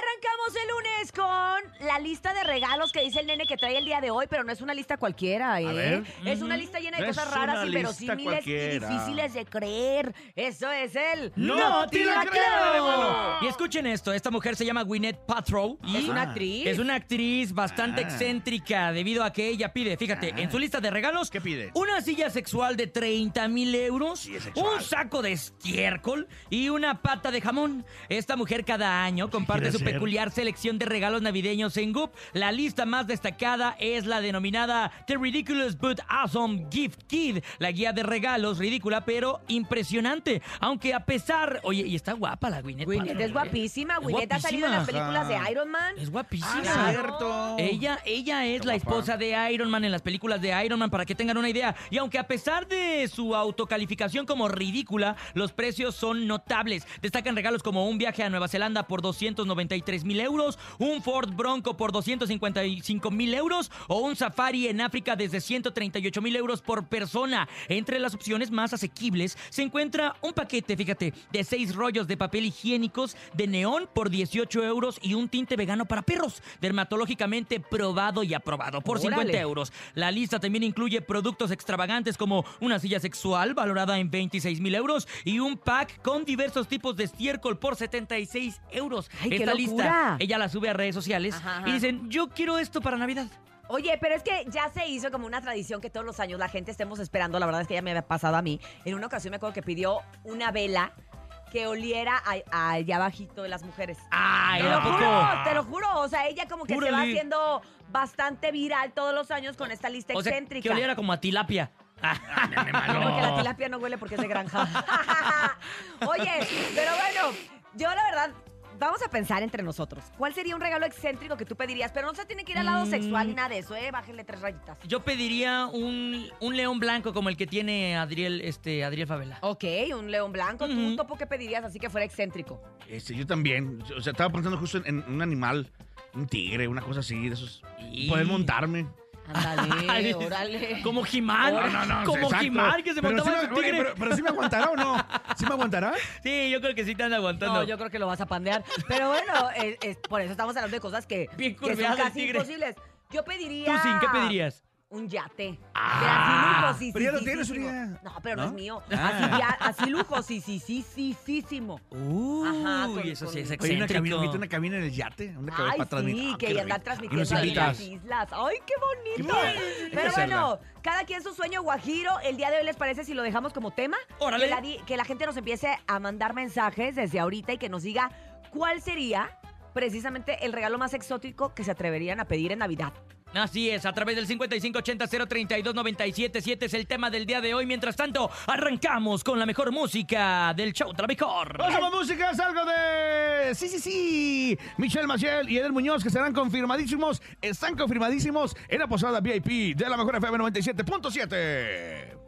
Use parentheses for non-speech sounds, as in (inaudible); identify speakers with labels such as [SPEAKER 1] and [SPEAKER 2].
[SPEAKER 1] Arrancamos el lunes con la lista de regalos que dice el nene que trae el día de hoy, pero no es una lista cualquiera, ¿eh?
[SPEAKER 2] ver.
[SPEAKER 1] Es una lista llena de
[SPEAKER 2] No es
[SPEAKER 1] cosas
[SPEAKER 2] una
[SPEAKER 1] raras,
[SPEAKER 2] lista
[SPEAKER 1] inverosímiles y
[SPEAKER 2] cualquiera.
[SPEAKER 1] difíciles de creer. Eso es el...
[SPEAKER 2] ¡No te la creo!
[SPEAKER 3] Y escuchen esto, esta mujer se llama Gwyneth Paltrow y
[SPEAKER 1] Es una
[SPEAKER 2] Ah.
[SPEAKER 1] actriz.
[SPEAKER 3] es una actriz bastante
[SPEAKER 2] Ah.
[SPEAKER 3] excéntrica debido a que ella pide, fíjate,
[SPEAKER 2] Ah.
[SPEAKER 3] en su lista de regalos,
[SPEAKER 2] ¿Qué pide?
[SPEAKER 3] Una silla sexual de 30 mil euros,
[SPEAKER 2] Sí, es sexual.
[SPEAKER 3] un saco de estiércol y una pata de jamón. Esta mujer cada año comparte
[SPEAKER 2] quiere
[SPEAKER 3] su
[SPEAKER 2] hacer?
[SPEAKER 3] peculiar selección de regalos navideños en Goop. La lista más destacada es la denominada The Ridiculous But Awesome Gift Kid, la guía de regalos ridícula pero impresionante. Aunque a pesar, oye, y está guapa la Gwyneth.
[SPEAKER 1] Gwyneth
[SPEAKER 3] Paltrow,
[SPEAKER 1] es
[SPEAKER 3] ¿eh?
[SPEAKER 1] guapísima.
[SPEAKER 3] Es
[SPEAKER 1] Gwyneth ha salido en las
[SPEAKER 3] guapísima.
[SPEAKER 1] películas de Iron Man.
[SPEAKER 3] Es guapísima.
[SPEAKER 1] Ah,
[SPEAKER 2] cierto.
[SPEAKER 3] Ella, ella es
[SPEAKER 2] Está
[SPEAKER 3] la
[SPEAKER 2] guapa.
[SPEAKER 3] esposa de Iron Man en las películas de Iron Man, para que tengan una idea. Y aunque a pesar de su autocalificación como ridícula, los precios son notables. Destacan regalos como un viaje a Nueva Zelanda por 293 mil euros, un Ford Bronco por 255 mil euros o un safari en África desde 138 mil euros por persona. Entre las opciones más asequibles se encuentra un paquete, fíjate, de seis rollos de papel higiénicos de neón por 18 euros y un tinte vegano para perros, dermatológicamente probado y aprobado por
[SPEAKER 1] Órale.
[SPEAKER 3] 50 euros. La lista también incluye productos extravagantes como una silla sexual valorada en 26 mil euros y un pack con diversos tipos de estiércol por 76 euros.
[SPEAKER 1] ¡Ay, qué
[SPEAKER 3] Esta
[SPEAKER 1] locura!
[SPEAKER 3] lista ella la sube a redes sociales
[SPEAKER 1] Ajá, ajá.
[SPEAKER 3] y dicen, yo quiero esto para Navidad.
[SPEAKER 1] Oye, pero es que ya se hizo como una tradición que todos los años la gente estemos esperando. La verdad es que ya me había pasado a mí. En una ocasión me acuerdo que pidió una vela que oliera a- a allá abajito de las mujeres.
[SPEAKER 3] ¡Ay,
[SPEAKER 1] Te
[SPEAKER 3] ¿a
[SPEAKER 1] lo
[SPEAKER 3] poco?
[SPEAKER 1] juro, te lo juro. O sea, ella como que se va
[SPEAKER 3] Júrale.
[SPEAKER 1] haciendo bastante viral todos los años con esta lista
[SPEAKER 3] O sea,
[SPEAKER 1] excéntrica.
[SPEAKER 3] que oliera como a tilapia.
[SPEAKER 2] Ah,
[SPEAKER 1] Creo que la tilapia no huele porque es de granja. (laughs) Oye, pero bueno, yo la verdad, vamos a pensar entre nosotros. ¿Cuál sería un regalo excéntrico que tú pedirías? Pero no se tiene que ir al lado
[SPEAKER 3] Mm.
[SPEAKER 1] sexual ni nada de eso, ¿eh? Bájenle tres rayitas.
[SPEAKER 3] Yo pediría un, un león blanco como el que tiene Adriel, este, Adriel Favela.
[SPEAKER 1] Ok, un león blanco. ¿Tú,
[SPEAKER 3] Ujú.
[SPEAKER 1] Topo, qué pedirías así que fuera excéntrico?
[SPEAKER 2] Este, yo también. O sea, estaba pensando justo en, en un animal, un tigre, una cosa así, de esos.
[SPEAKER 3] Y-
[SPEAKER 2] Poder montarme.
[SPEAKER 1] (laughs) Ándale, órale.
[SPEAKER 3] Como Jimán.
[SPEAKER 2] Oh,
[SPEAKER 3] (laughs) como
[SPEAKER 2] exacto.
[SPEAKER 3] Jimán que se
[SPEAKER 2] Pero
[SPEAKER 3] montaba
[SPEAKER 2] sí me-
[SPEAKER 3] en el tigre.
[SPEAKER 2] oye, pero, pero sí me aguantará o no. ¿Sí me aguantará?
[SPEAKER 3] Sí, yo creo que sí te andan aguantando.
[SPEAKER 1] No, yo creo que lo vas a pandear. Pero bueno, es- es- por eso estamos hablando de cosas que,
[SPEAKER 3] Bien
[SPEAKER 1] que son
[SPEAKER 3] curveado el
[SPEAKER 1] casi
[SPEAKER 3] tigre.
[SPEAKER 1] imposibles. Yo
[SPEAKER 3] Tú,
[SPEAKER 1] pediría...
[SPEAKER 3] Sin, ¿qué pedirías?
[SPEAKER 1] Un yate.
[SPEAKER 3] Ah,
[SPEAKER 1] pero así lujosísimo.
[SPEAKER 2] pero ya lo tienes, Uriah.
[SPEAKER 1] No, pero no,
[SPEAKER 2] ¿No?
[SPEAKER 1] es mío.
[SPEAKER 2] Ah.
[SPEAKER 1] Así, ya, así lujosísimo. Ajá, con-
[SPEAKER 3] Uy, eso sí es
[SPEAKER 1] con-
[SPEAKER 2] Oye, una cabina,
[SPEAKER 3] excéntrico.
[SPEAKER 2] invita una cabina en el yate. Una cabina
[SPEAKER 1] Ay,
[SPEAKER 2] para transmitir.
[SPEAKER 1] sí,
[SPEAKER 2] Ah,
[SPEAKER 1] que
[SPEAKER 2] qué
[SPEAKER 1] ya están
[SPEAKER 2] rico.
[SPEAKER 1] transmitiendo
[SPEAKER 2] Unas
[SPEAKER 1] ahí en las
[SPEAKER 2] alitas.
[SPEAKER 1] islas. Ay, qué bonito.
[SPEAKER 2] padre. Hay que
[SPEAKER 1] Pero bueno,
[SPEAKER 2] hacerla.
[SPEAKER 1] cada quien su sueño guajiro. El día de hoy, ¿les parece si lo dejamos como tema?
[SPEAKER 3] Órale.
[SPEAKER 1] Que la, di- que la gente nos empiece a mandar mensajes desde ahorita y que nos diga cuál sería precisamente el regalo más exótico que se atreverían a pedir en Navidad.
[SPEAKER 3] Así es, a través del 5580-032-977 es el tema del día de hoy. Mientras tanto, arrancamos con la mejor música del show de la mejor.
[SPEAKER 2] Vamos a más música, es algo de... Sí, sí, sí. Michelle Maciel y Edel Muñoz que serán confirmadísimos, están confirmadísimos en la posada VIP de la mejor FM 97.7.